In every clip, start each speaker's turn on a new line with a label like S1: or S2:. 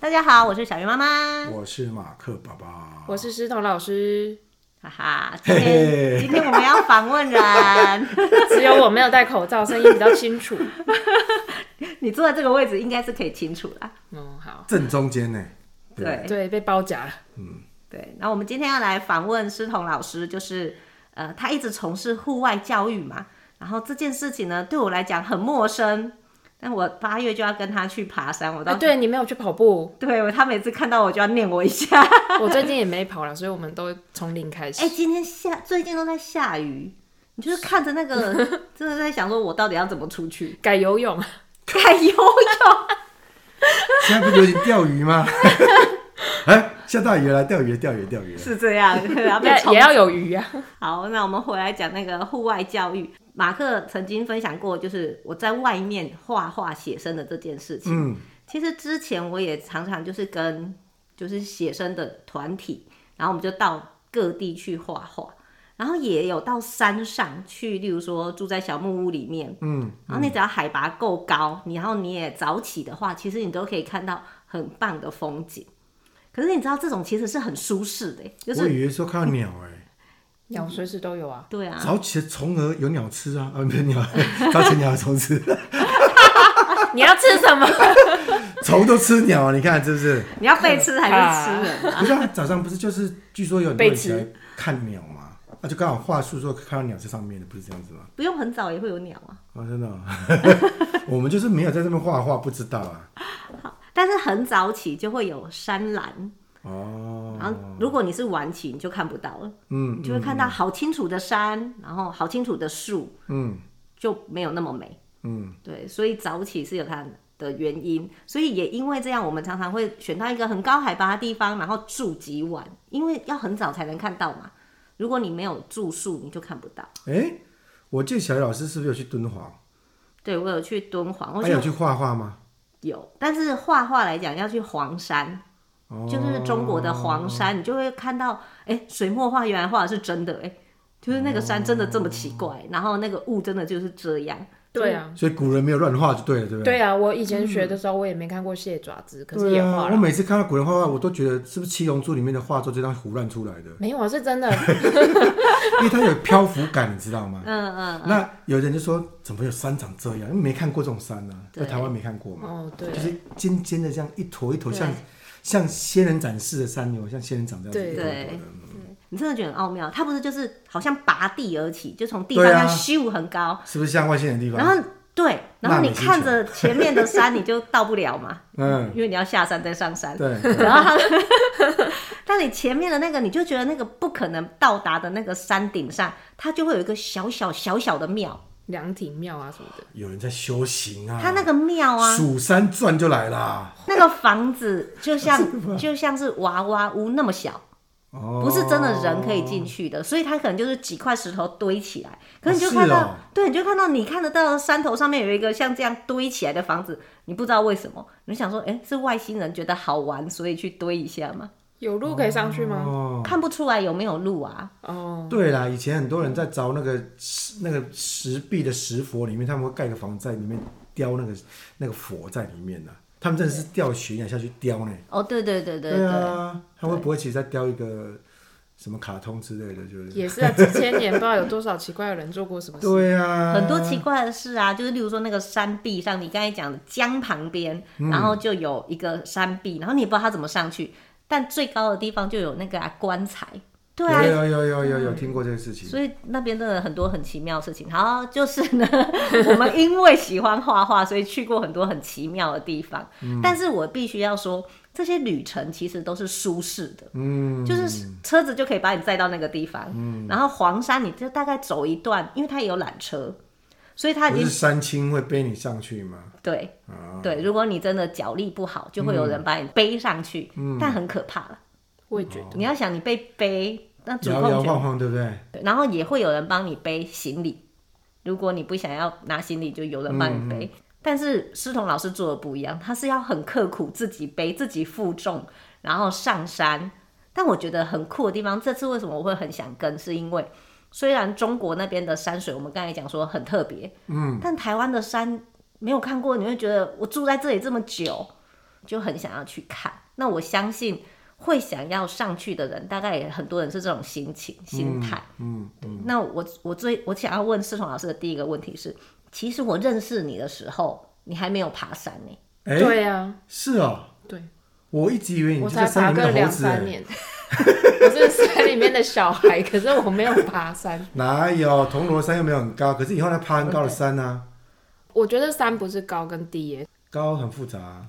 S1: 大家好，我是小鱼妈妈，
S2: 我是马克爸爸，
S3: 我是石头老师，
S1: 哈哈。今天今天我们要访问人，
S3: 只有我没有戴口罩，声音比较清楚。
S1: 你坐在这个位置应该是可以清楚啦。
S3: 嗯，好，
S2: 正中间呢。
S1: 对
S3: 对，被包夹了。
S1: 对，那我们今天要来访问师彤老师，就是呃，他一直从事户外教育嘛，然后这件事情呢，对我来讲很陌生，但我八月就要跟他去爬山，我
S3: 哎，
S1: 到、
S3: 对你没有去跑步，
S1: 对我他每次看到我就要念我一下。
S3: 我最近也没跑了，所以我们都从零开始
S1: 哎、。今天下最近都在下雨，你就是看着那个，真的在想说我到底要怎么出去？
S3: 改游泳，
S1: 改游泳，
S2: 现在不是流行钓鱼吗？ 哎，下大雨了，钓鱼了，钓鱼了，钓鱼了。
S1: 是这样，然后被
S3: 也
S1: 冲
S3: 也要有鱼 啊。
S1: 好，那我们回来讲那个户外教育。马克曾经分享过，就是我在外面画画写生的这件事情。
S2: 嗯，
S1: 其实之前我也常常就是跟就是写生的团体，然后我们就到各地去画画，然后也有到山上去，例如说住在小木屋里面，
S2: 嗯，
S1: 然后你只要海拔够高，然后你也早起的话，其实你都可以看到很棒的风景。可是你知道这种其实是很舒适的，欸就是
S2: 我以为说看到鸟哎，
S3: 鸟随时都有啊，
S1: 对啊，
S2: 早起虫儿有鸟吃啊， 啊，不是鸟，早起鸟有虫吃，
S3: 你要吃什么？啊
S2: 虫都吃鸟啊，你看是不是？
S1: 你要被吃还是吃 人？
S2: 不是啊，早上不是就是据说有很多人
S3: 被
S2: 起
S3: 吃
S2: 来看鸟嘛，那就刚好话术说看到鸟在上面的，不是这样 子吗？
S1: 不用很早也会有鸟啊，
S2: 啊，真的 哦，我们就是没有在这边画画，不知道啊。
S1: 但是很早起就会有山岚，
S2: 哦，
S1: 然后如果你是晚起，你就看不到了，
S2: 嗯
S1: 你就会看到好清楚的山，然后好清楚的树，
S2: 嗯
S1: 就没有那么美。
S2: 嗯，
S1: 对，所以早起是有它的原因，所以也因为这样，我们常常会选到一个很高海拔的地方，然后住几晚，因为要很早才能看到嘛。如果你没有住宿，你就看不到。
S2: 哎、我记得小鱼老师是不是有去敦煌？
S1: 对我有去敦煌，哦我
S2: 还
S1: 觉
S2: 有
S1: 得
S2: 去画画吗？
S1: 有，但是画画来讲要去黄山，
S2: 哦，
S1: 就是中国的黄山，你就会看到，哎、水墨画原来画的是真的、哎，就是那个山真的这么奇怪，然后那个雾真的就是这样，
S3: 对啊，
S2: 所以古人没有乱画就对了，对不对？
S3: 对啊，我以前学的时候我也没看过蟹爪子，可
S2: 嗯
S3: 是
S2: 对
S3: 也
S2: 啊
S3: 画
S2: 我
S3: 了。，
S2: 每次看到古人画画，我都觉得是不是《七龙珠》里面的画作就这样胡乱出来的
S3: 没有啊，是真的。
S2: 因为它有漂浮感，你知道吗？
S1: 嗯嗯，
S2: 那有人就说，怎么有山长这样？因为没看过这种山呢、啊，在
S1: 对
S2: 台湾没看过嘛，
S3: 哦， 对
S2: 就是尖尖的这样一坨一坨，
S1: 对
S2: 像像仙人掌似的山牛，像仙人掌这样子
S3: 对
S2: 一坨一坨的。
S1: 你真的觉得很奥妙，它不是就是好像拔地而起，就从地上
S2: 对
S1: 这
S2: 啊
S1: 样咻很高，
S2: 是不是像外星人的地
S1: 然
S2: 方？
S1: 后对，然后
S2: 纳
S1: 你
S2: 美星
S1: 看
S2: 球
S1: 着前面的山，你就到不了 嘛，
S2: 嗯，
S1: 因为你要下山再上山，
S2: 对，
S1: 然后它，但你前面的那个，你就觉得那个不可能到达的那个山顶上，它就会有一个小小小小的庙，
S3: 凉亭庙啊什么的，
S2: 有人在修行啊，
S1: 它那个庙啊，
S2: 蜀山传就来啦。
S1: 那个房子就 像就像是娃娃屋那么小，
S2: 哦，
S1: 不是真的人可以进去的，所以它可能就是几块石头堆起来。可是你就
S2: 哦是
S1: 看到，
S2: 哦
S1: 对，你就看到你看得到的山头上面有一个像这样堆起来的房子，你不知道为什么，你想说，哎、是外星人觉得好玩，所以去堆一下吗？
S3: 有路可以上去吗？
S2: 哦，
S1: 看不出来有没有路啊？
S3: 哦，
S2: 对啦，以前很多人在凿那个石那个石壁的石佛里面，他们会盖个房在里面雕那个那个佛在里面呢、他们真的是掉悬崖下去雕呢。
S1: 哦，对对对对
S2: 啊，他会不会其实在雕一个什么卡通之类的？就是
S3: 也是啊，几千年不知道有多少奇怪的人做过什么事。
S2: 对啊，
S1: 很多奇怪的事啊，就是例如说那个山壁上，你刚才讲的江旁边，
S2: 嗯
S1: 然后就有一个山壁，然后你也不知道它怎么上去，但最高的地方就有那个、啊、棺材。对啊，
S2: 有有有有有有听过这个事情。
S1: 所以那边真的很多很奇妙的事情。好，就是呢， 我们因为喜欢画画，所以去过很多很奇妙的地方。
S2: 嗯
S1: 但是我必须要说，这些旅程其实都是舒适的，
S2: 嗯，
S1: 就是车子就可以把你载到那个地方。然后黄山你就大概走一段，因为它也有缆车，所以它已
S2: 不
S1: 经
S2: 是山青会背你上去吗？
S1: 对
S2: 啊，嗯
S1: 对，如果你真的脚力不好，就会有人把你背上去，但很可怕了。
S3: 我也觉得，
S1: 你要想，你被背，那主
S2: 哦摇
S1: 控
S2: 摇
S1: 权
S2: 晃晃，对不对？
S1: 对然后也会有人帮你背行李。如果你不想要拿行李，就有人帮你背。但是师彤老师做的不一样，他是要很刻苦自己背、自己负重，然后上山。但我觉得很酷的地方，这次为什么我会很想跟，是因为虽然中国那边的山水，我们刚才讲说很特别，嗯，但台湾的山没有看过，你会觉得我住在这里这么久，就很想要去看。那我相信会想要上去的人，大概也很多人是这种心情、心态。
S2: 嗯，
S1: 那我我最我想要问世彤老师的第一个问题是，其实我认识你的时候，你还没有爬山呢、
S2: 哎、
S3: 对啊，
S2: 是哦，
S3: 对，
S2: 我一直以为你
S3: 我
S2: 就
S3: 才
S2: 在
S3: 爬
S2: 山里
S3: 个
S2: 面的
S3: 两
S2: 猴子、
S3: 三
S2: 哎，
S3: 年，我是山里面的小孩，可是我没有爬山。
S2: 哪有铜锣山又没有很高，可是以后来爬很高的山啊，
S3: 我觉得山不是高跟低耶，
S2: 高很复杂、啊，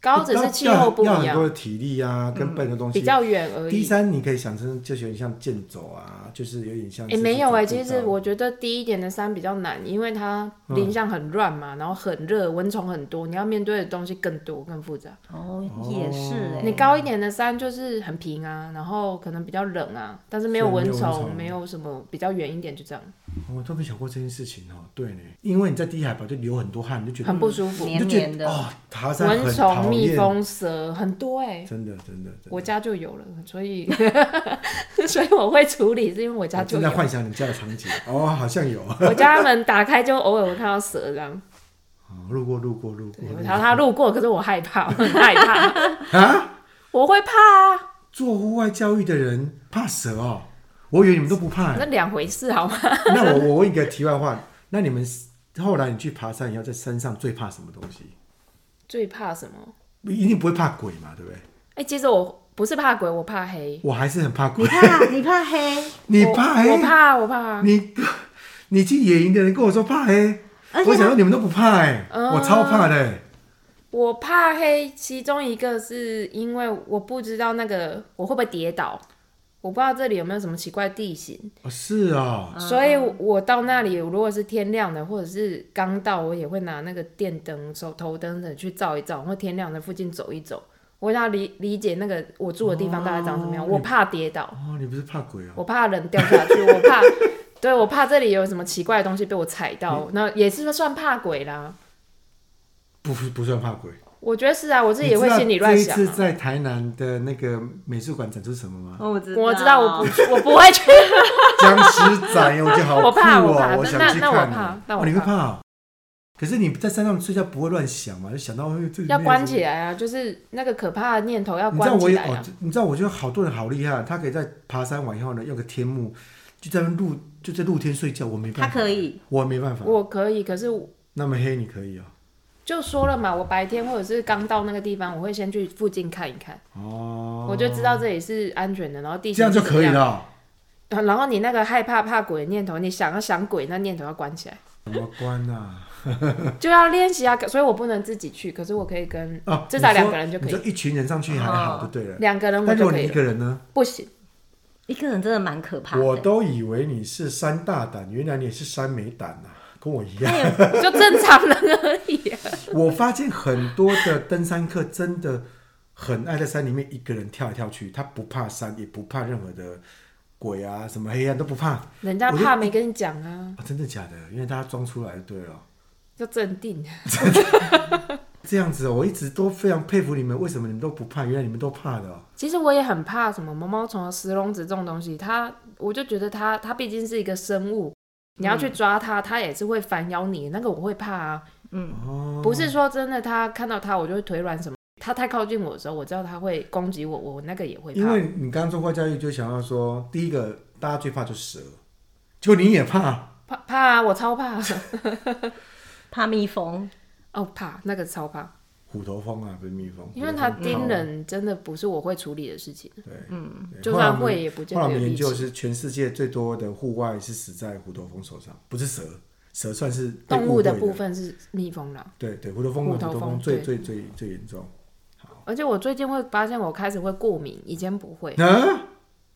S3: 高只是气候不一
S2: 要要很多
S3: 样，嗯
S2: 的体力啊，跟背很多东西。
S3: 比较远而
S2: 低
S3: 已。
S2: 山你可以想成就是有点像健走啊，就是有点像。
S3: 哎，没有哎，
S2: 哎，
S3: 其实我觉得低一点的山比较难，因为它
S2: 嗯
S3: 林相很乱嘛，然后很热，蚊虫很多，你要面对的东西更多更复杂。
S1: 哦，也是哎、
S2: 嗯
S3: 你高一点的山就是很平啊，然后可能比较冷啊，但是没有
S2: 是没
S3: 蚊
S2: 有蚊
S3: 虫，
S2: 虫
S3: 没有什么比较远一点就这样，
S2: 哦我都没想过这件事情哦。对呢，因为你在低海拔就流很多汗，你就觉得
S3: 很不舒服。
S2: 你就觉
S1: 黏黏
S2: 得
S1: 的
S2: 哦，爬山
S3: 蚊
S2: 很
S3: 虫、
S2: 讨
S3: 蜜
S2: 厌，
S3: 蜂、蛇很多哎、
S2: 真的真的真的。
S3: 我家就有了，所以 所以我会处理，是因为我家
S2: 我
S3: 就
S2: 正
S3: 有
S2: 在。幻想你哦家的场景哦，好像有，
S3: 我家门打开就偶尔会看到蛇这样，
S2: 哦路过路过路过
S3: 对
S2: 路
S3: 然后它路过，可是我害怕，我很害怕，
S2: 过啊！
S3: 我会怕啊，
S2: 做户外教育的人怕蛇哦，我以为你们都不怕欸。
S3: 那两回事好吗？
S2: 那我我问一个题外话，那你们后来你去爬山以后，在山上最怕什么东西？
S3: 最怕什么？
S2: 一定不会怕鬼嘛，对不对？
S3: 哎、其实我不是怕鬼，我怕黑。
S2: 我还是很怕
S1: 你
S2: 鬼。
S1: 怕你怕黑，
S2: 你
S3: 我
S2: 怕黑？
S3: 我怕，啊我怕。
S2: 你你去野营的人跟我说怕黑，
S1: 而且
S2: 我想说你们都不怕哎、
S3: 嗯
S2: 我超怕的、欸。
S3: 我怕黑，其中一个是因为我不知道那个我会不会跌倒，我不知道这里有没有什么奇怪的地形，
S2: 哦，是哦，
S3: 所以我到那里如果是天亮的，或者是刚到，我也会拿那个电灯、手头灯的去照一照，或天亮的附近走一走，我要理理解那个我住的地方大概长什么样。我怕跌倒，
S2: 哦，你不是怕鬼哦？
S3: 我怕人掉下去，我怕， 对我怕这里有什么奇怪的东西被我踩
S2: 嗯
S3: 到，那也是算怕鬼啦。
S2: 不不算怕鬼，
S3: 我觉得是啊，我自己也
S2: 你
S3: 会
S2: 知道
S3: 心里乱想、啊。
S2: 这一次在台南的那个美术馆展出什么吗？
S1: 我知
S3: 我知道，我不，我不会去。
S2: 僵尸展，我觉得好酷
S3: 我怕我
S2: 哦
S3: 怕！
S2: 想
S3: 那
S2: 去
S3: 那我
S2: 看
S3: 怕
S2: 哦。
S3: 那我
S2: 哦你会
S3: 怕
S2: 怕哦？可是你在山上睡觉不会乱想嘛？就想到哎这里面
S3: 要关
S2: 有什么
S3: 起来啊，就是那个可怕的念头要
S2: 你知道
S3: 关
S2: 我
S3: 起
S2: 有
S3: 来
S2: 哦
S3: 啊。，
S2: 你知道我觉得好多人好厉害，他可以在爬山完以后呢，用个天幕，就在那边露就在露天睡觉，我没办法，
S1: 他可以，
S2: 我没办法。
S3: 我可以，可是
S2: 那么黑你可以哦，
S3: 就说了嘛，我白天或者是刚到那个地方，我会先去附近看一看，
S2: 哦，
S3: 我就知道这里是安全的，然后地
S2: 这样
S3: 形
S2: 就可以
S3: 是怎么
S2: 了哦。
S3: 样。啊然后你那个害怕怕鬼的念头，你想要想鬼那念头要关起来，
S2: 怎么关啊？
S3: 就要练习啊。所以我不能自己去，可是我可以跟
S2: 哦，
S3: 至少
S2: 你说
S3: 两个人就可以哦
S2: 你说一群人上去还好就对了。
S3: 两个人，我
S2: 但如
S3: 就
S2: 果
S3: 可
S2: 你
S3: 以
S2: 一
S3: 了。
S2: 个人呢？
S3: 不行，
S1: 一个人真的蛮可怕的。
S2: 我都以为你是山大胆，原来你也是山没胆呐、跟我一样。
S3: 就正常人而已啊、
S2: 我发现很多的登山客真的很爱在山里面一个人跳来跳去，他不怕山，也不怕任何的鬼啊，什么黑暗都不怕啊、
S3: 人家
S2: 我就
S3: 怕没跟你讲啊，
S2: 真的假的？因为大家装出来就对了。
S3: 要镇定。
S2: 这样子哦、我一直都非常佩服你们，为什么你们都不怕？原来你们都怕的、哦。
S3: 其实我也很怕什么毛毛虫、石笼子这种东西，它我就觉得它它毕竟是一个生物，你要去抓它，它也是会反咬你，那个我会怕啊。
S2: 哦，
S3: 不是说真的，它看到它我就会腿软什么，它太靠近我的时候，我知道它会攻击我，我那个也会
S2: 因
S3: 怕。
S2: 为你刚刚做外教育就想要说，第一个大家最怕就是蛇，哦就你也怕，
S3: 怕怕啊，我超怕
S1: 怕蜜蜂，
S3: 哦，怕那个超怕，
S2: 虎头蜂啊，不是蜜蜂，
S3: 因为它
S2: 虎头蜂
S3: 叮。人真的不是我会处理的事情，
S2: 对，嗯，
S3: 就
S2: 后来我
S3: 算
S2: 们
S3: 会也不见
S2: 后来
S3: 得
S2: 我
S3: 有
S2: 们研
S3: 力
S2: 究
S3: 气。
S2: 是全世界最多的户外是死在虎头蜂手上，不是蛇，蛇算是被
S3: 动
S2: 误
S3: 物
S2: 会
S3: 的
S2: 的
S3: 部。分是蜜蜂啦，
S2: 对对，虎头蜂
S3: 虎
S2: 跟
S3: 头
S2: 虎头蜂
S3: 蜂
S2: 最最
S3: 对
S2: 最最严重。
S3: 而且我最近会发现我开始会过敏，以前不会。
S2: 啊，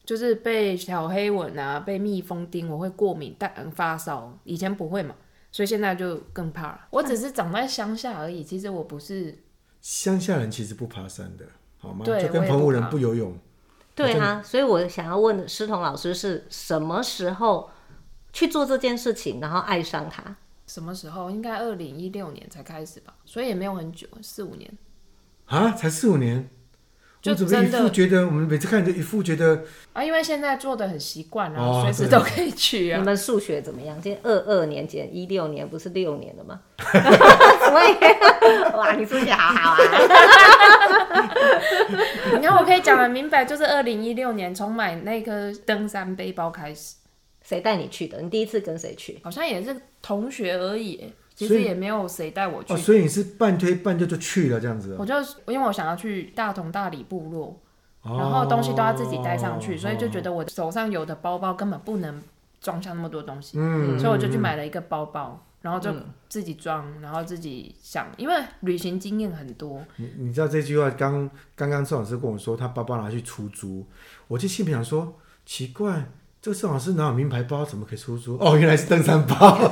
S3: 就是被小黑蚊啊，被蜜蜂叮，我会过敏、但嗯发烧，以前不会嘛，所以现在就更怕了。我只是长在乡下而已，其实我不是，
S2: 乡下人其实不爬山的，好吗？
S3: 对
S2: 就跟
S3: 我也
S2: 澎湖
S3: 不
S2: 人
S3: 爬
S2: 不游泳。
S1: 对啊，所以我想要问师彤老师是什么时候去做这件事情，然后爱上它？
S3: 什么时候？应该二零一六年才开始吧，所以也没有很久，四五年。
S2: 啊，才四五年，
S3: 就
S2: 我怎么一
S3: 真
S2: 副
S3: 的
S2: 觉得我们每次看着一副觉得
S3: 啊，因为现在做的很习惯
S2: 哦
S3: 啊，随时
S2: 对
S3: 都可以去
S1: 你
S3: 啊。
S1: 们数学怎么样？今天二二年减一六年不是六年了吗？ 所以， 哇，你数学好好啊！
S2: 嗯
S3: 你看，我可以讲的明白，就是二零一六年从买那颗登山背包开始，
S1: 谁带你去的？你第一次跟谁去？
S3: 好像也是同学而已，欸其
S2: 所
S3: 实
S2: 以
S3: 也没有谁带我去
S2: 哦，。所以你是半推半就就去了这样子哦
S3: 我就因为我想要去大同大理部落，然后东西都要自己带上
S2: 哦
S3: 去，所以就觉得我手上有的包包根本不能装下那么多东西，
S2: 嗯
S3: 所以我就去买了一个包包，然后就自己装，然后自己想，因为旅行经验很多，
S2: 你你知道这句话刚刚刚郑老师跟我说，他包包拿去出租，我就心里想说，奇怪，这个郑老师哪有名牌包，怎么可以出租？哦，原来是登山包。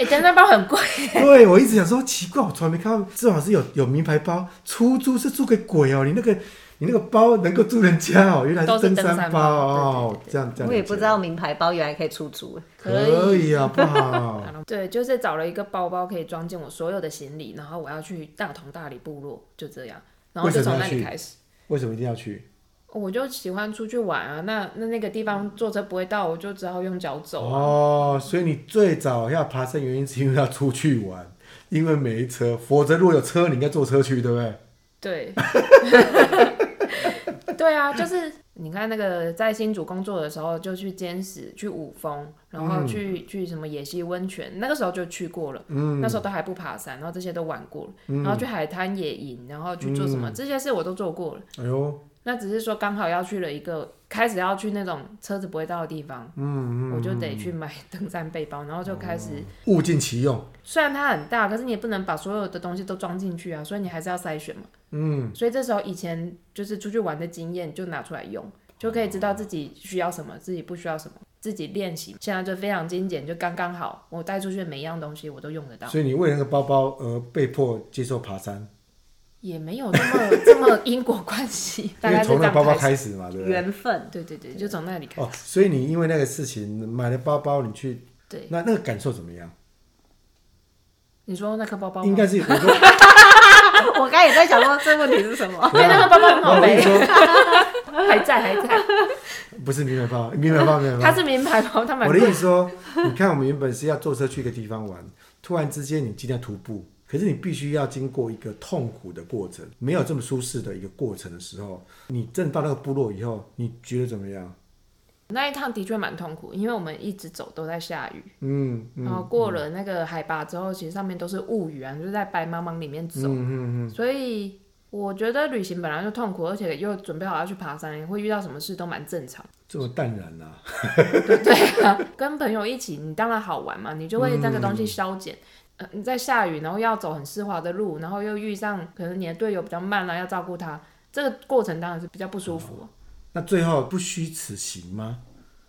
S3: 哎、登山包很贵，
S2: 对，我一直想说奇怪，我从来没看到郑老师有有名牌包，出租是租给鬼哦，你那个。你那个包能够租人家哦，原来
S3: 都是
S2: 登
S3: 登山
S2: 包
S3: 包
S2: 哦，
S3: 对对对对
S2: 这样这样。
S1: 我也不知道名牌包原来可以出租。
S2: 可以啊，不 好。
S3: 对，就是找了一个包包可以装进我所有的行李，然后我要去大同大理部落，就这样，然后就从那
S2: 为什么要
S3: 里
S2: 去
S3: 开始。哦
S2: 为什么一定要去？
S3: 我就喜欢出去玩啊，那那那个地方坐车不会到，我就只好用脚走啊。
S2: 哦，所以你最早要爬山原因是因为要出去玩，因为没车，否则如果有车，你应该坐车去，对不对？
S3: 对， 对啊，就是你看那个在新竹工作的时候，就去坚持去五峰，然后去、去什么野溪温泉，那个时候就去过了，嗯，那时候都还不爬山，然后这些都玩过了，然后去海滩野营，然后去做什么，这些事我都做过了。
S2: 哎呦，
S3: 那只是说刚好要去了一个开始要去那种车子不会到的地方，嗯，哦我就得去买 登山背包，然后就开始。
S2: 物尽其用，
S3: 虽然它很大，可是你也不能把所有的东西都装进去啊，所以你还是要筛选嘛。嗯，所以这时候以前就是出去玩的经验就拿出来用，就可以知道自己需要什么，自己不需要什么，自己练习。现在就非常精简，就刚刚好。我带出去的每一样东西我都用得到，
S2: 所以你为了那个包包而被迫接受爬山，
S3: 也没有这么这么因果关 系，
S2: 因
S3: 大概
S2: 为
S3: 是这
S2: 从那个包包
S3: 样始。
S2: 开始嘛，对不对？
S1: 缘分，
S3: 对对对，就从那里开始。
S2: 哦，所以你因为那个事情买了包包，你去
S3: 对，
S2: 那那个感受怎么样？
S3: 你说那颗包包吗
S2: 应该是我 说，
S1: 我刚也在想说这问题是什 么。
S3: 对，那个包包很
S2: 我嗯
S3: 好
S2: 跟你
S3: 背，
S2: 说，
S3: 还在还在，
S2: 不是名牌包，名牌包， 名牌包，
S3: 它是名牌包，它蛮
S2: 我的
S3: 贵
S2: 意
S3: 的
S2: 思说，你看我们原本是要坐车去一个地方玩， 突然之间你今天要徒步，可是你必须要经过一个痛苦的过程，没有这么舒适的一个过程的时候，你真的到那个部落以后，你觉得怎么样？
S3: 那一趟的确蛮痛苦，因为我们一直走都在下雨，
S2: 嗯
S3: 然后过了那个海拔之后，其实上面都是雾雨啊，就是在白茫茫里面走，
S2: 嗯嗯嗯，
S3: 所以我觉得旅行本来就痛苦，而且又准备好要去爬山，会遇到什么事都蛮正常。
S2: 这么淡然啊，
S3: 跟朋友一起，你当然好玩嘛，你就会那个东
S2: 嗯
S3: 西消减。呃你在下雨，然后又要走很湿滑的路，然后又遇上可能你的队友比较慢啊啦、要照顾他，这个过程当然是比较不舒服。
S2: 嗯那最后不虚此行吗？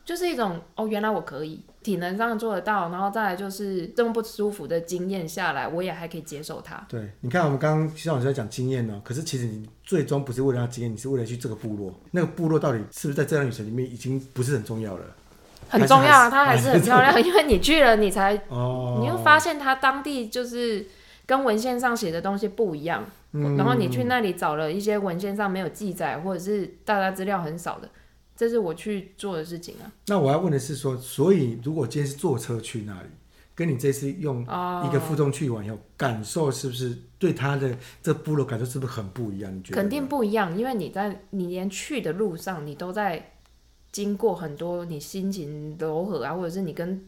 S3: 就是一种哦，原来我可以体能上做得到，然后再来就是这么不舒服的经验下来，我也还可以接受它。
S2: 对，你看我们刚刚徐老师在讲经验哦呢，可是其实你最终不是为了要经验，你是为了去这个部落，那个部落到底是不是在这趟旅程里面已经不是很重要了？
S3: 很重要
S2: 还是
S3: 啊，它还是很漂亮，因为你去了，你才
S2: 哦，
S3: 你又发现它当地就是跟文献上写的东西不一样，
S2: 嗯
S3: 然后你去那里找了一些文献上没有记载，或者是大家资料很少的，这是我去做的事情啊。
S2: 那我要问的是说，所以如果今天是坐车去那里，跟你这次用
S3: 哦
S2: 一个负重去玩以后，感受是不是对他的这部落感受是不是很不一样？你觉得？
S3: 肯定。不一样，因为你在你连去的路上，你都在经过很多你心情柔和啊，或者是你跟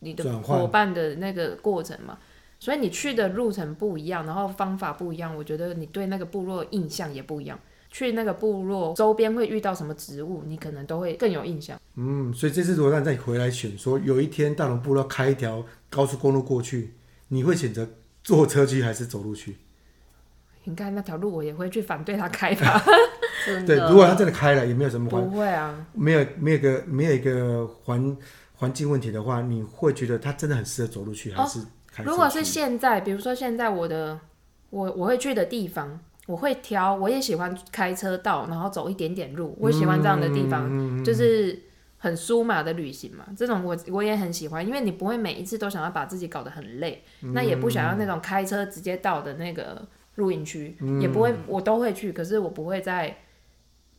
S3: 你的
S2: 转换
S3: 伙伴的那个过程嘛，所以你去的路程不一样，然后方法不一样，我觉得你对那个部落印象也不一样。去那个部落周边会遇到什么植物，你可能都会更有印象。
S2: 嗯，所以这次如果让你再回来选说，有一天大龙部落开一条高速公路过去，你会选择坐车去还是走路去？
S3: 你看那条路，我也会去反对它开发，
S1: 真
S2: 对，
S1: 的
S2: 如果他真的开了，也没有什么环，
S3: 不会啊，
S2: 没有没有一个没有一个环环境问题的话，你会觉得他真的很适合走路去还是开车去？
S3: 哦如果是现在，比如说现在我的我我会去的地方，我会挑，我也喜欢开车道，然后走一点点路，我也喜欢这样的地
S2: 嗯
S3: 方，就是很舒马的旅行嘛。这种我我也很喜欢，因为你不会每一次都想要把自己搞得很累，
S2: 嗯
S3: 那也不想要那种开车
S2: 嗯
S3: 直接到的那个露营区，也不会，我都会去，可是我不会在。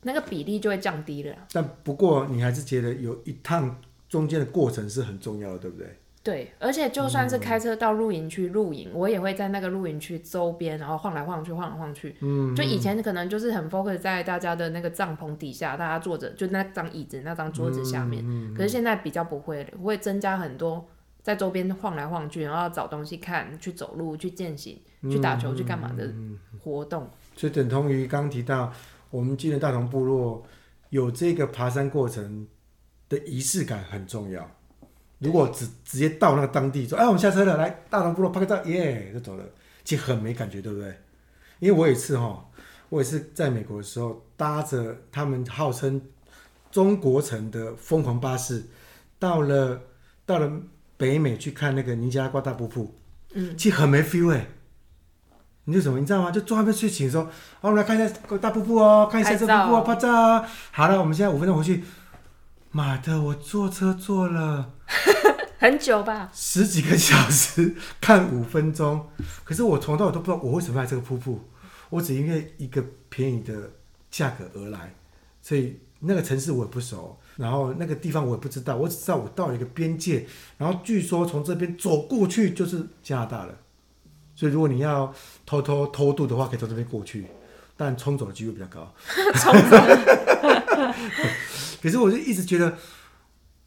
S3: 那个比例就会降低了。啊
S2: 但不过你还是觉得有一趟中间的过程是很重要的，对不对？
S3: 对，而且就算是开车到露营区露营，我也会在那个露营区周边，然后晃来晃去，晃来晃去。嗯，就以前可能就是很 focus 在大家的那个帐篷底下，大家坐着就那张椅子、那张桌子下面。可是现在比较不会了，会增加很多在周边晃来晃去，然后找东西看、去走路、去践行、去打球、去干嘛的活动。
S2: 所以等同于刚提到，我们进了大同部落，有这个爬山过程的仪式感很重要。如果只直接到那个当地说，哎，我们下车了，来大同部落拍个照，耶，就走了，其实很没感觉，对不对？因为我有一次哈，我也是在美国的时候，搭着他们号称中国城的疯狂巴士，到了到了北美去看那个尼加拉瓜大瀑布，嗯，其实很没 feel 哎、你就什么，你知道吗？就坐那边睡醒说，哦好，我们来看一下大瀑布哦，看一下这瀑布哦，拍照啊。好了，我们现在五分钟回去。妈的，我坐车坐了。
S3: 很久吧？
S2: 十几个小时看五分钟，可是我从头到尾都不知道我为什么爱这个瀑布，我只因为一个便宜的价格而来，所以那个城市我也不熟，然后那个地方我也不知道，我只知道我到了一个边界，然后据说从这边走过去就是加拿大了，所以如果你要偷偷偷渡的话，可以从这边过去，但冲走的几率比较高。 可是我就一直觉得，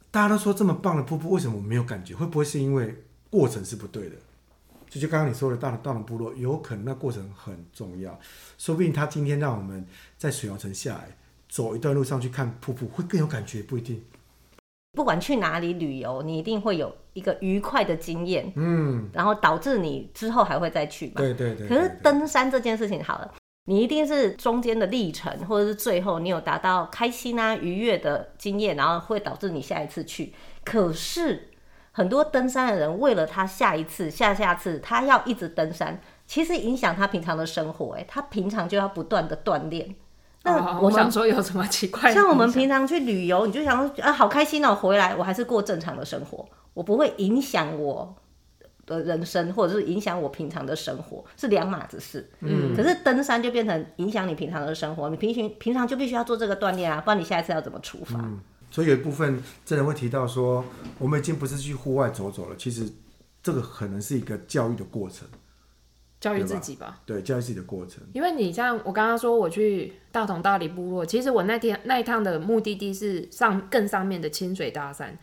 S2: 大家都说这么棒的瀑布，为什么我没有感觉？会不会是因为过程是不对的？就就刚刚你说的，大龙大龙部落有可能那过程很重要，说不定他今天让我们在水阳城下来走一段路上去看瀑布，会更有感觉，不一定。
S1: 不管去哪里旅游，你一定会有一个愉快的经验，嗯，然后导致你之后还会再去嘛。
S2: 对对对
S1: 可
S2: 对
S1: 是
S2: 对
S1: 登山这件事情好了，你一定是中间的历程，或者是最后你有达到开心啊、愉悦的经验，然后会导致你下一次去。可是很多登山的人为了他下一次、下下次，他要一直登山，其实影响他平常的生活、欸。他平常就要不断的锻炼。那
S3: 哦
S1: 我
S3: 我
S1: 想
S3: 想说有什么奇怪的？
S1: 像我们平常去旅游，你就想说啊，好开心哦、回来我还是过正常的生活，我不会影响我的人生，或者是影响我平常的生活，是两码子事。嗯，可是登山就变成影响你平常的生活，你平行平常就必须要做这个锻炼啊，不然你下一次要怎么处罚？
S2: 所以有一部分真的会提到说，我们已经不是去户外走走了，其实这个可能是一个教育的过程，
S3: 教育自己吧。
S2: 对，教育自己的过程。
S3: 因为你像我刚刚说我去大同大理部落，其实我那天那一趟的目的地是上更上面的清水大山，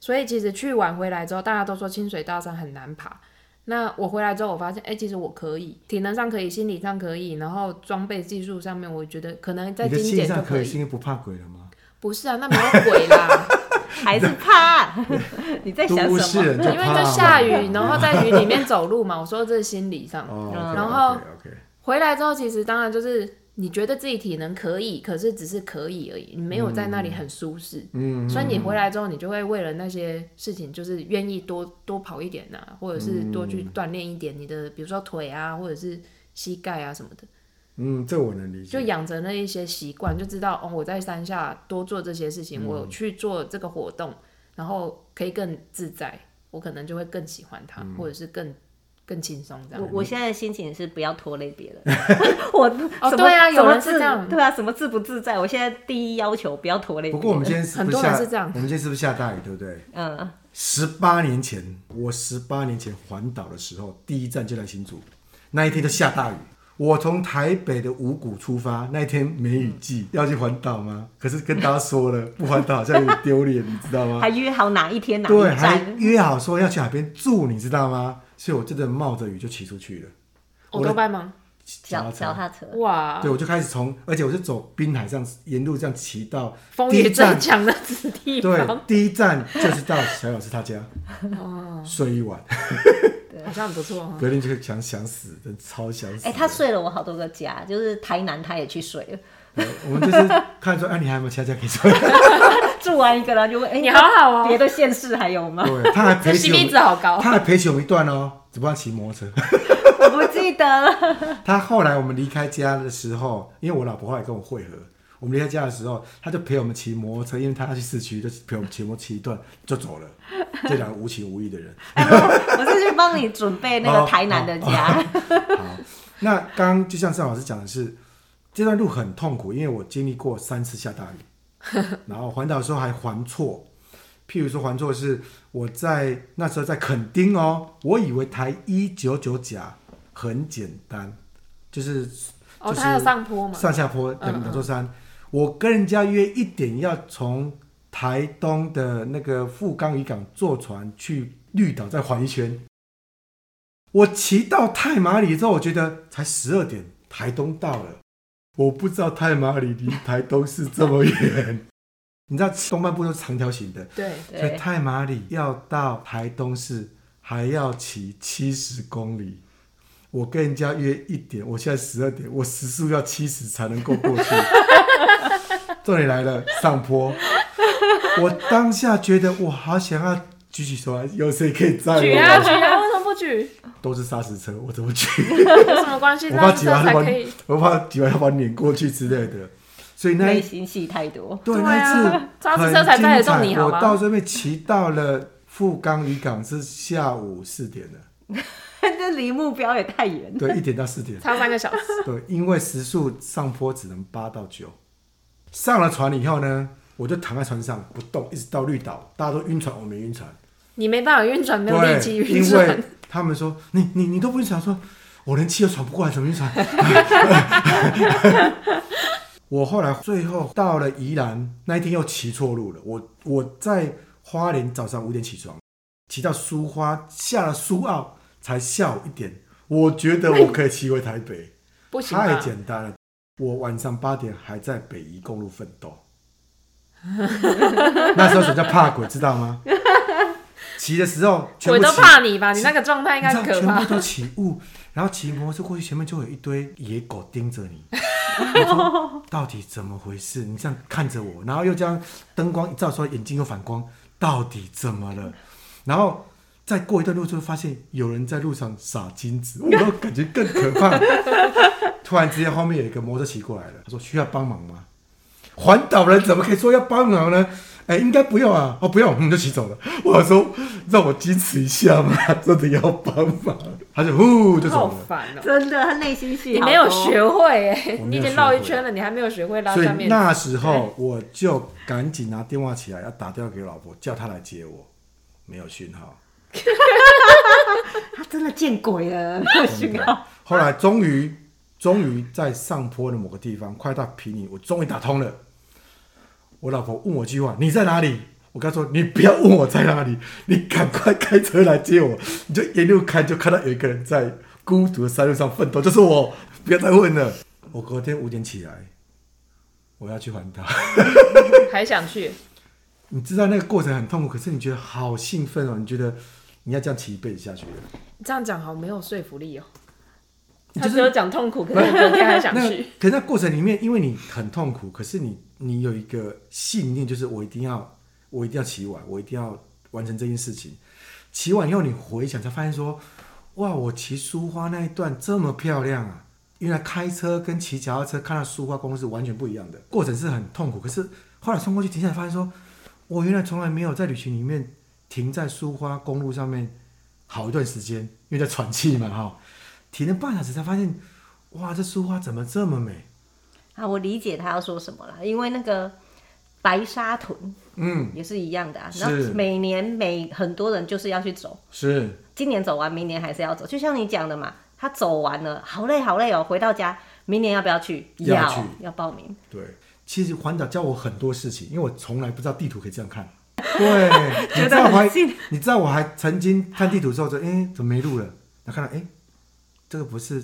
S3: 所以其实去完回来之后，大家都说清水大山很难爬。那我回来之后，我发现，哎、其实我可以，体能上可以，心理上可以，然后装备技术上面，我觉得可能在
S2: 你的
S3: 精
S2: 心理
S3: 简就
S2: 上可以，
S3: 以。
S2: 是因为不怕鬼了吗？
S3: 不是啊，那没有鬼啦，
S1: 还是怕？啊你在想
S2: 都
S1: 什
S2: 市
S1: 么？
S2: 人就
S3: 因为
S2: 怕嘛
S3: 就下 雨，然后在雨里面走路嘛。我说这是心理上。
S2: 哦，
S1: 然
S3: 后
S2: OK，
S3: 回来之后，其实当然就是你觉得自己体能可以，可是只是可以而已，你没有在那里很舒适。嗯，所以你回来之后，你就会为了那些事情，就是愿意多多跑一点呐、啊或者是多
S2: 嗯
S3: 去锻炼一点你的，比如说腿啊，或者是膝盖啊什么的，
S2: 嗯，这我能理解。
S3: 就养成了一些习惯，就知道哦，我在山下多做这些事情，我
S2: 嗯
S3: 去做这个活动，然后可以更自在，我可能就会更喜欢它，
S2: 嗯
S3: 或者是更更轻松这样
S1: 我。我现在的心情是不要拖累别人，我
S3: 哦
S1: 什么
S3: 对啊
S1: 什
S3: 有
S1: 么
S3: 人是
S1: 自
S3: 这样
S1: 对啊，什么自不自在？我现在第一要求不要拖累别人。
S2: 不过我们今天是不
S3: 很多人是这样
S2: 我们今天是不是下大雨，对不对？
S1: 嗯，
S2: 十八年前，我十八年前环岛的时候，第一站就在新竹，那一天就下大雨。我从台北的五股出发，那一天梅雨季，要去环岛吗？可是跟大家说了，不环岛好像有点丢脸，你知道吗？
S1: 还约好哪一天哪
S2: 对，
S1: 一
S2: 还
S1: 站？
S2: 约好说要去海边住，你知道吗？所以我真的冒着雨就骑出去了，
S3: 我都拜吗？
S1: 脚脚踏车。
S3: 哇，
S2: 对，我就开始从，而且我就走滨海上，沿路这样骑到
S3: 风
S2: 第
S3: 雨
S2: 一
S3: 最
S2: 站，
S3: 强的子弟
S2: 对
S3: 方，，
S2: 第一站就是到小老师他家
S1: 哦
S2: 睡一晚，
S3: 好像很不错哦哈。
S2: 隔天就会想想死，真的超想死。
S1: 哎、他睡了我好多个家，就是台南他也去睡了，
S2: 对我们就是看说，哎、你还有没有其他家可以睡？
S1: 住完一个然后就问，哎、
S3: 你好好哦
S1: 别的县市还有吗？
S2: 对，他还
S3: 这
S2: 陪起我
S3: CP 值
S2: 们，
S3: 好高，
S2: 他还陪起我们一段哦，只不过他骑摩托车。
S1: 我不记得了。
S2: 他后来我们离开家的时候，因为我老婆后来跟我会合，我们离开家的时候，他就陪我们骑摩托车，因为他要去市区，就陪我们骑摩托车骑一段就走了。这两个无情无义的人。
S1: 哎我我是去帮你准备那
S2: 哦
S1: 个台南的家，
S2: 好，那刚刚就像郑老师讲的是，这段路很痛苦，因为我经历过三次下大雨，然后环岛的时候还环错。譬如说环错是我在那时候在垦丁哦，我以为台一九九甲很简单，就是
S3: 哦，
S2: 就是
S3: 它有上坡嘛？嗯
S2: 上下坡两两座山。我跟人家约一点要从台东的那个富冈渔港坐船去绿岛，再环一圈。我骑到太马里之后，我觉得才十二点，台东到了。我不知道太马里离台东是这么远。 你知道东半部都是长条形的，
S3: 对，
S2: 所
S1: 对，
S2: 以太马里要到台东市还要骑七十公里。我跟人家约一点，我现在十二点，我时速要七十才能够过去。 重点来了，上坡。我当下觉得我好想要举起手来，有谁可以载
S3: 举啊
S2: 我？
S3: 举啊，为什么不举？
S2: 都是砂石车，我怎么举？
S3: 有什么关系？
S2: 我怕
S3: 拉
S2: 挤
S3: 车
S2: 完
S3: 才
S2: 要把
S3: 可以。
S2: 我怕挤完要把你碾过去之类的。所以 那一
S1: 内心戏太多，
S2: 对，
S3: 对
S2: 那一次
S3: 啊抓子车才
S2: 很
S3: 载得
S2: 精彩
S3: 动你好
S2: 我
S3: 吗
S2: 到这边骑到了富冈渔港是下午四点 了，
S1: 这离目标也太远。
S2: 对，一点到四 点，
S3: 差三个小时，
S2: 对，因为时速上坡只能八到九。上了船以后呢，我就躺在船上不动，一直到绿岛，大家都晕船，我没晕船。
S3: 你没办法晕船，没有力气
S2: 对，
S3: 晕
S2: 因
S3: 船
S2: 为。他们说你你你都不晕船，我说我连气都喘不 过来，怎么晕船？我后来最后到了宜兰那一天又骑错路了，我我在花莲早上五点起床，骑到苏花，下了苏澳才下午一点，我觉得我可以骑回台北，
S3: 不行
S2: 太
S3: 吧？
S2: 简单了。我晚上八点还在北宜公路奋斗， 那时候什么叫怕鬼，知道吗？骑的时候全
S3: 我
S2: 部
S3: 都
S2: 骑
S3: 怕你吧？你那个状态应该
S2: 你
S3: 很
S2: 知道
S3: 可
S2: 全
S3: 怕
S2: 部。都起雾，然后骑摩托车过去，前面就有一堆野狗盯着 你。我说到底怎么回事？你这样看着我，然后又这样灯光一照，说眼睛又反光，到底怎么了？然后再过一段路之后，发现有人在路上撒金子， 我都感觉更可怕。 突然之间，后面有一个摩托车骑过来了，他说：“需要帮忙吗？”环岛人怎么可以说要帮忙呢？哎，应该不用啊，哦，不用，我们就骑走了。我说让我矜持一下嘛， 真的要帮忙，他就呼就
S3: 好
S2: 走了。
S3: 烦哦、
S1: 真的，他内心戏
S3: 你
S1: 好
S3: 没有
S1: 多
S3: 学会哎、
S2: 我没有
S3: 你已经
S2: 学
S3: 绕一
S2: 会
S3: 圈了，你还没有学会拉
S2: 所以
S3: 上面。
S2: 那时候我就赶紧拿电话起来，要打电话给老婆，叫她来接我，没有讯号。
S1: 他真的见鬼了，
S2: 真
S1: 讯
S2: 的
S1: 号。
S2: 嗯后来终于，终于在上坡的某个地方，快到皮尼，我终于打通了。我老婆问我一句话：“你在哪里？”我跟她说：“你不要问我在哪里，你赶快开车来接我。”你就沿路开，就看到有一个人在孤独的山路上奋斗，就是我。不要再问了。我隔天五点起来，我要去环岛。
S3: 还想去？
S2: 你知道那个过程很痛苦，可是你觉得好兴奋哦，你觉得你要这样骑一辈子下去了。
S3: 这样讲好没有说服力哦、
S2: 你
S3: 他
S2: 就是
S3: 只有讲痛苦，可是我昨天还想
S2: 那
S3: 去。
S2: 可是那过程里面，因为你很痛苦，可是你你有一个信念，就是我一定要，我一定要骑完，我一定要完成这件事情。骑完以后，你回想才发现说，哇，我骑苏花那一段这么漂亮啊！原来开车跟骑脚踏车看到苏花公路是完全不一样的，过程是很痛苦。可是后来冲过去停下来，发现说，我原来从来没有在旅行里面停在苏花公路上面好一段时间，因为在喘气嘛，哈，停了半小时才发现，哇，这苏花怎么这么美？
S1: 啊，我理解他要说什么了，因为那个白沙屯
S2: 嗯，
S1: 也是一样的啊。
S2: 是
S1: 然后每年每很多人就是要去走，
S2: 是
S1: 今年走完，明年还是要走。就像你讲的嘛，他走完了，好累好累哦，回到家，明年要不要去？
S2: 要
S1: 要
S2: 去
S1: 要报名。
S2: 对。其实环岛教我很多事情，因为我从来不知道地图可以这样看。对，你
S1: 觉得
S2: 知道我还
S1: 很近，
S2: 你知道我还曾经看地图之后说，哎、怎么没路了？然后看到，哎、这个不是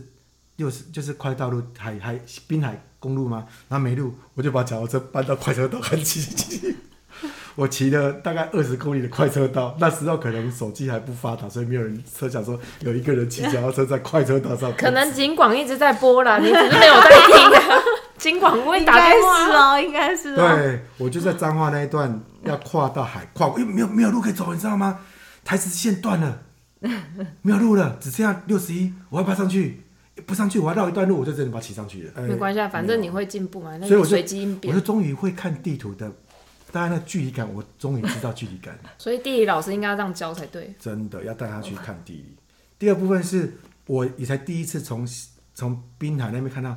S2: 又是就是快道路海海滨海公路吗？然后没路，我就把脚踏车搬到快车道上骑骑。 我骑了大概二十公里的快车道，那时候可能手机还不发达，所以没有人设想说有一个人骑脚踏车在快车道上。
S3: 可能景广一直在播啦，你只是没有在听、 啊。景广会
S1: 应
S3: 打
S1: 该
S3: 电
S1: 是
S2: 啊
S3: 话，啊
S1: 哦，应该是哦。
S2: 对，我就在彰化那一段要跨到海，跨过，因为没有没有路可以走，你知道吗？台十线断了，没有路了，只剩下六十一，我要不要上去？不上去，我要绕一段路，我就真的把它骑上去了。哎
S3: 没关系啊，反正你会进步嘛。那个
S2: 我就
S3: 随机应
S2: 我
S3: 变
S2: 就，终于会看地图的，当然那距离感，我终于知道距离感了，
S3: 所以地理老师应该要这样教才对。
S2: 真的要带他去看地理。第二部分是我也才第一次从从滨海那边看到，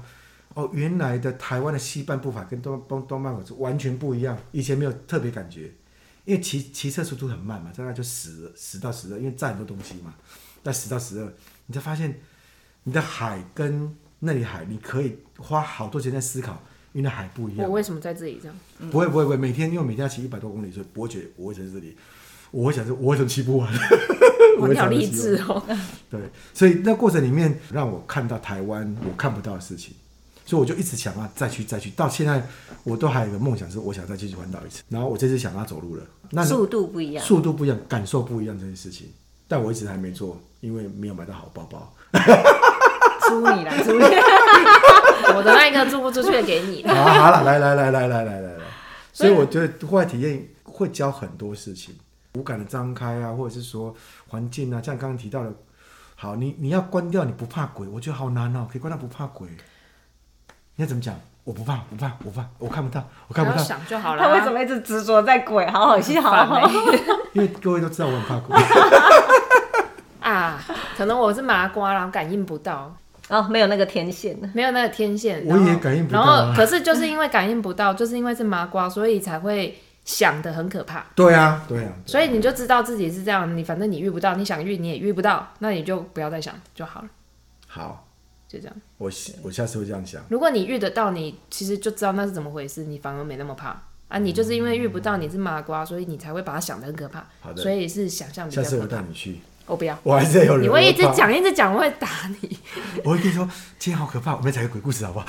S2: 哦，哦，原来的台湾的西半步法跟东东东半步是完全不一样，以前没有特别感觉，因为骑骑车速度很慢嘛，大概就十十到十二，因为载很多东西嘛，在十到十二，你才发现你的海跟那里海，你可以花好多时间在思考，因为那海不一样
S3: 我。为什么在这里这样？
S2: 不会不会不会，每天因为我每天要骑一百多公里，所以不会觉得我会在这里，我会想说我为什么骑不完？我
S3: 哇
S2: 会
S3: 你好
S2: 想着
S3: 励
S2: 骑不完
S3: 志哦！
S2: 对，所以那过程里面让我看到台湾我看不到的事情，所以我就一直想要再去再去，到现在我都还有一个梦想是我想再去环岛一次。然后我这次想要走路了，那
S1: 速度不一样。
S2: 速度不一样，感受不一样这件事情，但我一直还没做，因为没有买到好包包。
S1: 租你来租你来，
S3: 我的那一个租不出去的给你。
S2: 好啦好了，来来来来来来来来，所以我觉得户外体验会教很多事情，五感的张开啊，或者是说环境啊，像刚刚提到的，好，你你要关掉你不怕鬼，我觉得好难哦，可以关掉不怕鬼，你要怎么讲？我不怕，不怕，我不怕，我看不到，我看
S3: 然
S2: 不
S3: 后
S2: 到，
S3: 想就好了
S1: 他为什
S3: 啊。
S1: 么一直执着在鬼？好好笑
S3: 很
S1: 哦、
S3: 烦
S2: 因为各位都知道我很怕鬼。
S3: 啊，可能我是麻瓜啦，感应不到，
S1: 然哦后没有那个天线了。
S3: 没有那个天线。
S2: 我
S3: 然后
S2: 也感应不到啊
S3: 然后可是就是因为感应不到，就是因为是麻瓜，所以才会想的很可怕。
S2: 对啊，对啊，
S3: 所以你就知道自己是这样，你反正你遇不到，你想遇你也遇不到，那你就不要再想就好了，
S2: 好，
S3: 就这样。
S2: 我下我下次会这样想。
S3: 如果你遇得到，你其实就知道那是怎么回事，你反而没那么怕啊。你就是因为遇不到，你是麻瓜，所以你才会把它想得很可怕。
S2: 好的
S3: 所以是想象比
S2: 下
S3: 较
S2: 次
S3: 可
S2: 我
S3: 怕。
S2: 带你去，
S3: 我不要，
S2: 我还是有人。
S3: 你会一直
S2: 我怕，
S3: 讲一直讲，我会打你，
S2: 我会跟你说，今天好可怕，我们讲个鬼故事好不好？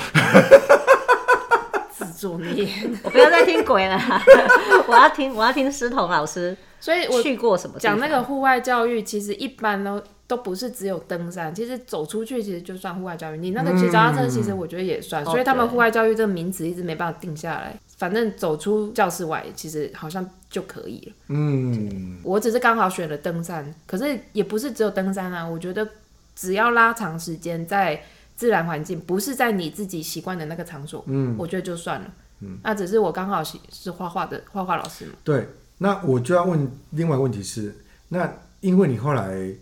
S3: 自作孽。
S1: 我不要再听鬼了， 我要听我要听师彤老师
S3: 所以我
S1: 去过什么地
S3: 讲
S1: 方
S3: 那个户外教育，其实一般都都不是只有登山，其实走出去其实就算户外教育。你那个骑脚踏车，其实我觉得也算，所以他们户外教育这个名词一直没办法定下来。反正走出教室外，其实好像就可以了。
S2: 嗯，
S3: 我只是刚好选了登山，可是也不是只有登山啊。我觉得只要拉长时间在自然环境，不是在你自己习惯的那个场所，嗯，我觉得就算了。嗯，那只是我刚好是是画画的画画老师嘛，
S2: 对，那我就要问另外一个问题是，那因为你后来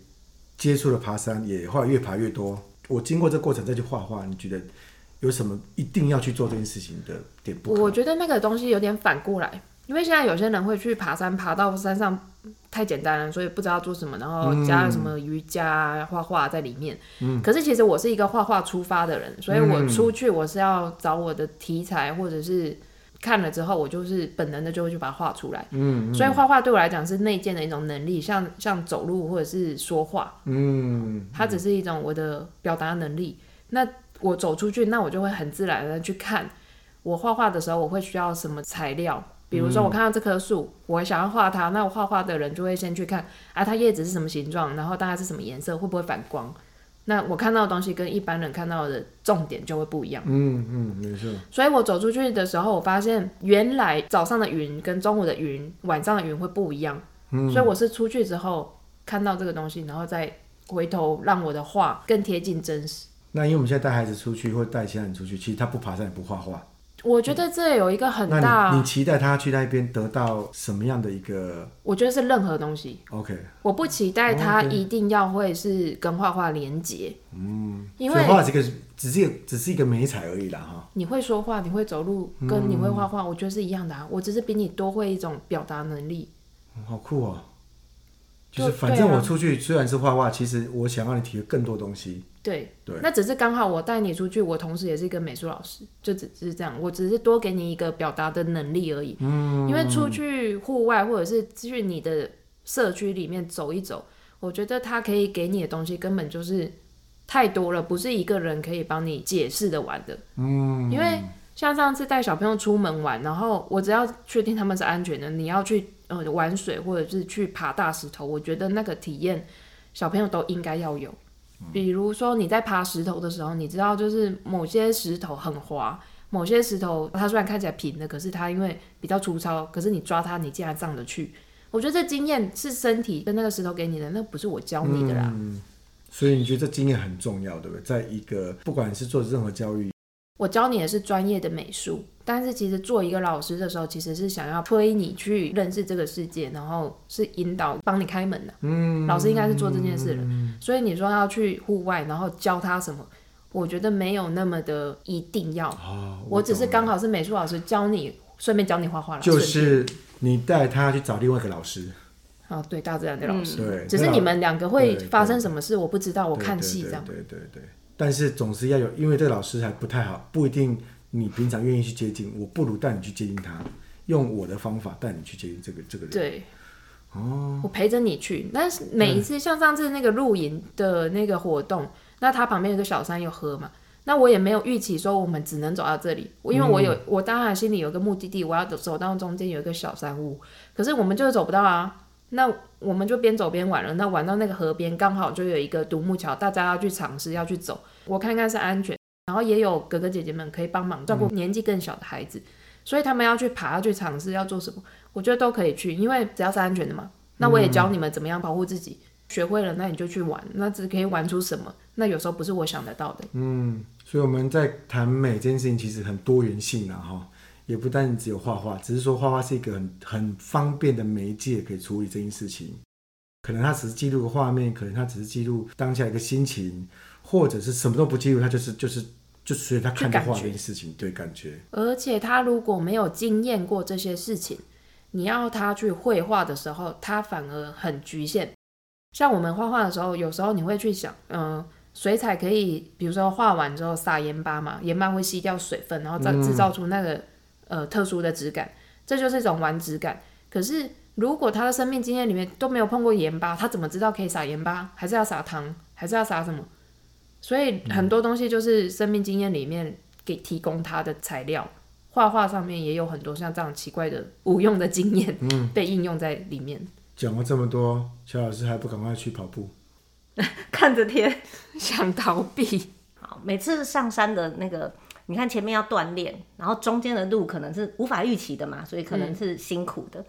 S2: 接触了爬山，也后来越爬越多，我经过这过程再去画画，你觉得有什么一定要去做这件事情的点不可？
S3: 我觉得那个东西有点反过来，因为现在有些人会去爬山，爬到山上太简单了，所以不知道做什么，然后加了什么瑜伽啊、画画在里面。嗯，可是其实我是一个画画出发的人，所以我出去我是要找我的题材，或者是看了之后，我就是本能的就会去把它画出来。嗯，所以画画对我来讲是内建的一种能力，像像走路或者是说话，
S2: 嗯，
S3: 它只是一种我的表达能力。那我走出去，那我就会很自然的去看我画画的时候，我会需要什么材料。比如说，我看到这棵树，我想要画它，那我画画的人就会先去看啊，它叶子是什么形状，然后大概是什么颜色，会不会反光？那我看到的东西跟一般人看到的重点就会不一样。
S2: 嗯嗯，没错，
S3: 所以我走出去的时候，我发现原来早上的云跟中午的云、晚上的云会不一样。
S2: 嗯
S3: 所以我是出去之后看到这个东西，然后再回头让我的画更贴近真实。
S2: 那因为我们现在带孩子出去或带其他人出去，其实他不爬山也不画画，
S3: 我觉得这有一个很
S2: 那你
S3: 大
S2: 你，期待他去那边得到什么样的一个
S3: 我觉得是任何东西，
S2: OK？
S3: 我不期待
S2: 哦
S3: 它一定要会是跟画画连接。嗯，因
S2: 所
S3: 为
S2: 以画画这个只是一个只是一个美彩而已啦，哈。
S3: 你会说话，你会走路，跟你会画
S2: 嗯
S3: 画，我觉得是一样的啊。我只是比你多会一种表达能力。
S2: 好酷哦！就
S3: 就是
S2: 反正
S3: 对啊
S2: 我出去虽然是画画，其实我想让你体会更多东西。
S3: 对，
S2: 对
S3: 那只是刚好我带你出去，我同时也是一个美术老师，就只是这样，我只是多给你一个表达的能力而已。嗯，因为出去户外或者是去你的社区里面走一走，我觉得他可以给你的东西根本就是太多了，不是一个人可以帮你解释的完的。嗯，因为像上次带小朋友出门玩，然后我只要确定他们是安全的，你要去呃玩水或者是去爬大石头，我觉得那个体验小朋友都应该要有。比如说你在爬石头的时候，你知道就是某些石头很滑，某些石头它虽然看起来平的，可是它因为比较粗糙，可是你抓它，你竟然上得去。我觉得这经验是身体跟那个石头给你的，那不是我教你的
S2: 嗯
S3: 啦。
S2: 所以你觉得这经验很重要，对不对？在一个不管是做任何教育，
S3: 我教你的是专业的美术，但是其实做一个老师的时候，其实是想要推你去认识这个世界，然后是引导帮你开门的、嗯，老师应该是做这件事了。所以你说要去户外，然后教他什么？我觉得没有那么的一定要。
S2: 哦，
S3: 我只是
S2: 懂
S3: 刚好是美术老师教你，顺便教你画画了。
S2: 就
S3: 顺便
S2: 是你带他去找另外一个老师，
S3: 哦，对，大自然的老师。
S2: 嗯对，
S3: 嗯只是
S2: 那
S3: 你们两个会发生什么事，我不知道，我
S2: 对
S3: 看
S2: 对
S3: 戏
S2: 对
S3: 这样。
S2: 对对对，但是总是要有，因为这个老师还不太好，不一定你平常愿意去接近，我不如带你去接近他，用我的方法带你去接近这个这个人。
S3: 对，哦，我陪着你去。但是每一次
S2: 嗯
S3: 像上次那个露营的那个活动，那它旁边有个小山有河嘛，那我也没有预期说我们只能走到这里，因为我有、我当然心里有个目的地，我要走走到中间有一个小山屋，可是我们就是走不到啊。那我们就边走边玩了，那玩到那个河边刚好就有一个独木桥，大家要去尝试要去走，我看看是安全，然后也有哥哥姐姐们可以帮忙照顾年纪更小的孩子，所以他们要去爬要去尝试要做什么。我觉得都可以去，因为只要是安全的嘛。那我也教你们怎么样保护自己，学会了那你就去玩，那只可以玩出什么？那有时候不是我想得到的。
S2: 嗯，所以我们在谈美这件事情，其实很多元性啊，哈，也不单只有画画，只是说画画是一个很很方便的媒介，可以处理这件事情。可能它只是记录个画面，可能它只是记录当下一个心情，或者是什么都不记录，它就是就是就随他看
S3: 就
S2: 到
S3: 感
S2: 画
S3: 觉
S2: 这件事情，对感觉。
S3: 而且他如果没有经验过这些事情，你要他去绘画的时候，他反而很局限。像我们画画的时候，有时候你会去想，嗯、水彩可以，比如说画完之后撒盐巴嘛，盐巴会吸掉水分，然后再制造出那个、呃特殊的质感，这就是一种玩质感。可是如果他的生命经验里面都没有碰过盐巴，他怎么知道可以撒盐巴，还是要撒糖，还是要撒什么？所以很多东西就是生命经验里面给提供他的材料。画画上面也有很多像这样奇怪的无用的经验，被应用在里面。
S2: 讲了这么多，小老师还不赶快去跑步？
S1: 看着天。
S3: 想逃避，
S1: 好，每次上山的那个，你看前面要锻炼，然后中间的路可能是无法预期的嘛，所以可能是辛苦的。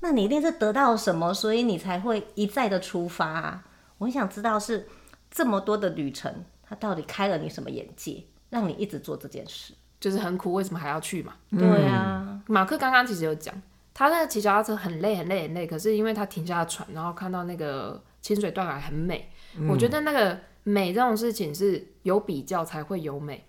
S1: 那你一定是得到什么，所以你才会一再的出发啊！我很想知道是这么多的旅程，它到底开了你什么眼界，让你一直做这件事？
S3: 就是很苦，为什么还要去嘛？
S1: 对啊，
S3: 马克刚刚其实有讲，他那个骑脚踏车很累很累很累，可是因为他停下船，然后看到那个清水断崖很美，
S2: 嗯
S3: 我觉得那个美这种事情是有比较才会有美，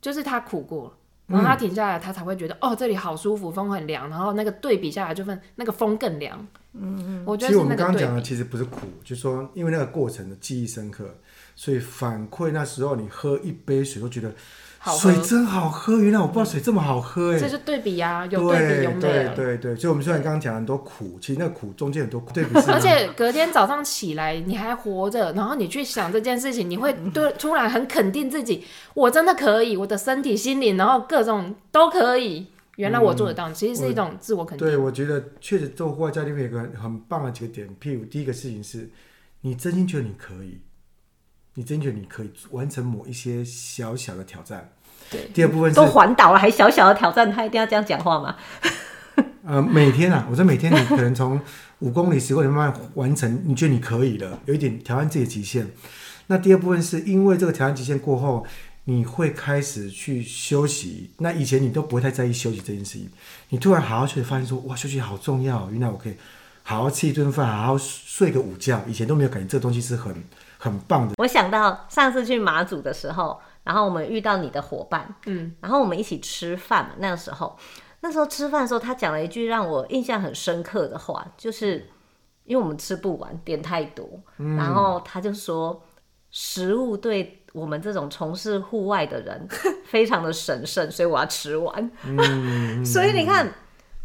S3: 就是他苦过了。然后他停下来，他才会觉得、哦，这里好舒服，风很凉。然后那个对比下来，就分那个风更凉。嗯，我觉
S2: 其
S3: 得
S2: 实
S3: 是
S2: 我
S3: 那
S2: 们
S3: 个
S2: 刚刚
S3: 对
S2: 讲的
S3: 比。
S2: 其实不是苦，就是说因为那个过程的记忆深刻，所以反馈那时候你喝一杯水都觉得
S3: 好喝
S2: 水真好喝，原来我不知道水这么好喝哎、
S3: 这就对比呀、有对比有
S2: 对
S3: 美啊
S2: 对对对，所以我们虽然刚刚讲了很多苦，其实那苦中间很多苦对比是，
S3: 而且隔天早上起来你还活着，然后你去想这件事情，你会对突然很肯定自己，我真的可以，我的身体、心灵，然后各种都可以。原来我做得到，其实是一种嗯自我肯定。
S2: 对我觉得确实做户外教练有一个很很棒的几个点，譬如第一个事情是，你真心觉得你可以，你真觉得你可以完成某一些小小的挑战。
S3: 对，
S2: 第二部分 是
S1: 都环岛了，还小小的挑战，他一定要这样讲话吗？
S2: 呃，每天啊， 我说每天你可能从五公里、十公里慢慢完成，你觉得你可以了，有一点挑战自己的极限。那第二部分是因为这个挑战极限过后，你会开始去休息。那以前你都不会太在意休息这件事情，你突然好好休息，发现说哇，休息好重要哦，原来我可以好好吃一顿饭，好好睡个午觉，以前都没有感觉这个东西是很很棒的。
S1: 我想到上次去马祖的时候，然后我们遇到你的伙伴，嗯，然后我们一起吃饭嘛，那个时候，那时候吃饭的时候，他讲了一句让我印象很深刻的话，就是因为我们吃不完，点太多，然后他就说，食物对我们这种从事户外的人 非常的神圣，所以我要吃完。 所以你看，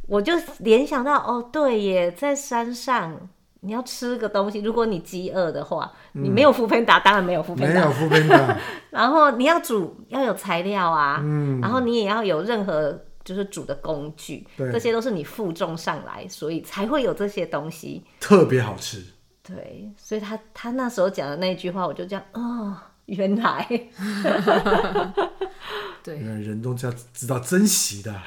S1: 我就联想到，哦，对耶，在山上。你要吃个东西，如果你饥饿的话，你没有副片打，当然没有副
S2: 没
S1: 片打。
S2: 有副边的，
S1: 然后你要煮要有材料啊，然后你也要有任何就是煮的工具，
S2: 对
S1: 这些都是你负重上来，所以才会有这些东西。
S2: 特别好吃。
S1: 对，所以他他那时候讲的那一句话，我就这样哦，原来
S3: 对
S2: 原来人都是要知道珍惜的。啊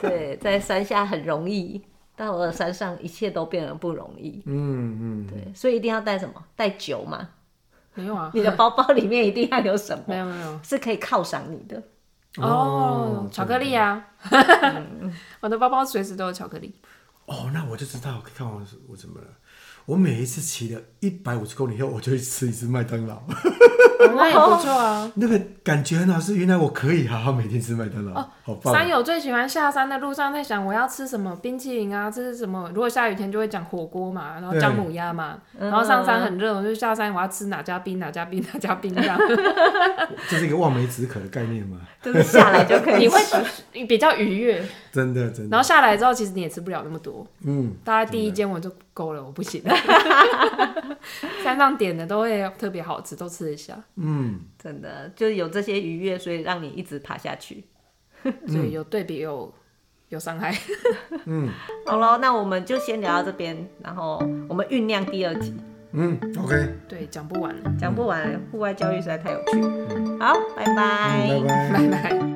S1: 对，在山下很容易，到了山上一切都变得不容易。
S2: 嗯嗯。
S1: 对，所以一定要带什么？带酒嘛，
S3: 没有啊，
S1: 你的包包里面一定要有什
S3: 没
S1: 么
S3: 有没有
S1: 是可以犒赏你的。
S3: 哦，巧克力啊， 我的包包随时都有巧克力。
S2: 哦，那我就知道，看我我怎么了。我每一次骑了一百五十公里以后，我就去吃一次麦当劳，
S3: 哦那也不错啊。
S2: 那个感觉很好，是原来我可以好好每天吃麦当劳，好棒
S3: 山
S2: 哦！
S3: 友最喜欢下山的路上在想我要吃什么冰淇淋啊，吃什么？如果下雨天就会讲火锅嘛，然后
S2: 对
S3: 姜母鸭嘛，然后上山很热，我就下山我要吃哪家冰哪家冰哪家冰这样。
S2: 这是一个望梅止渴的概念嘛，
S1: 就是下来就可以
S3: 你会
S1: 吃
S3: 比较愉悦，
S2: 真的真的，
S3: 然后下来之后其实你也吃不了那么多，
S2: 嗯，
S3: 大概第一间我就够了，我不行了。 山上点的都会特别好吃，都吃得下，
S2: 嗯，
S1: 真的就是有这些愉悦，所以让你一直爬下去。
S3: 所以有对比有有伤害。
S1: 好了，那我们就先聊到这边，然后我们酝酿第二集，
S2: 嗯，OK，嗯
S3: 对，讲不完了，
S1: 讲不完，户外教育实在太有趣。好，拜拜
S2: 嗯拜拜。
S3: 拜拜。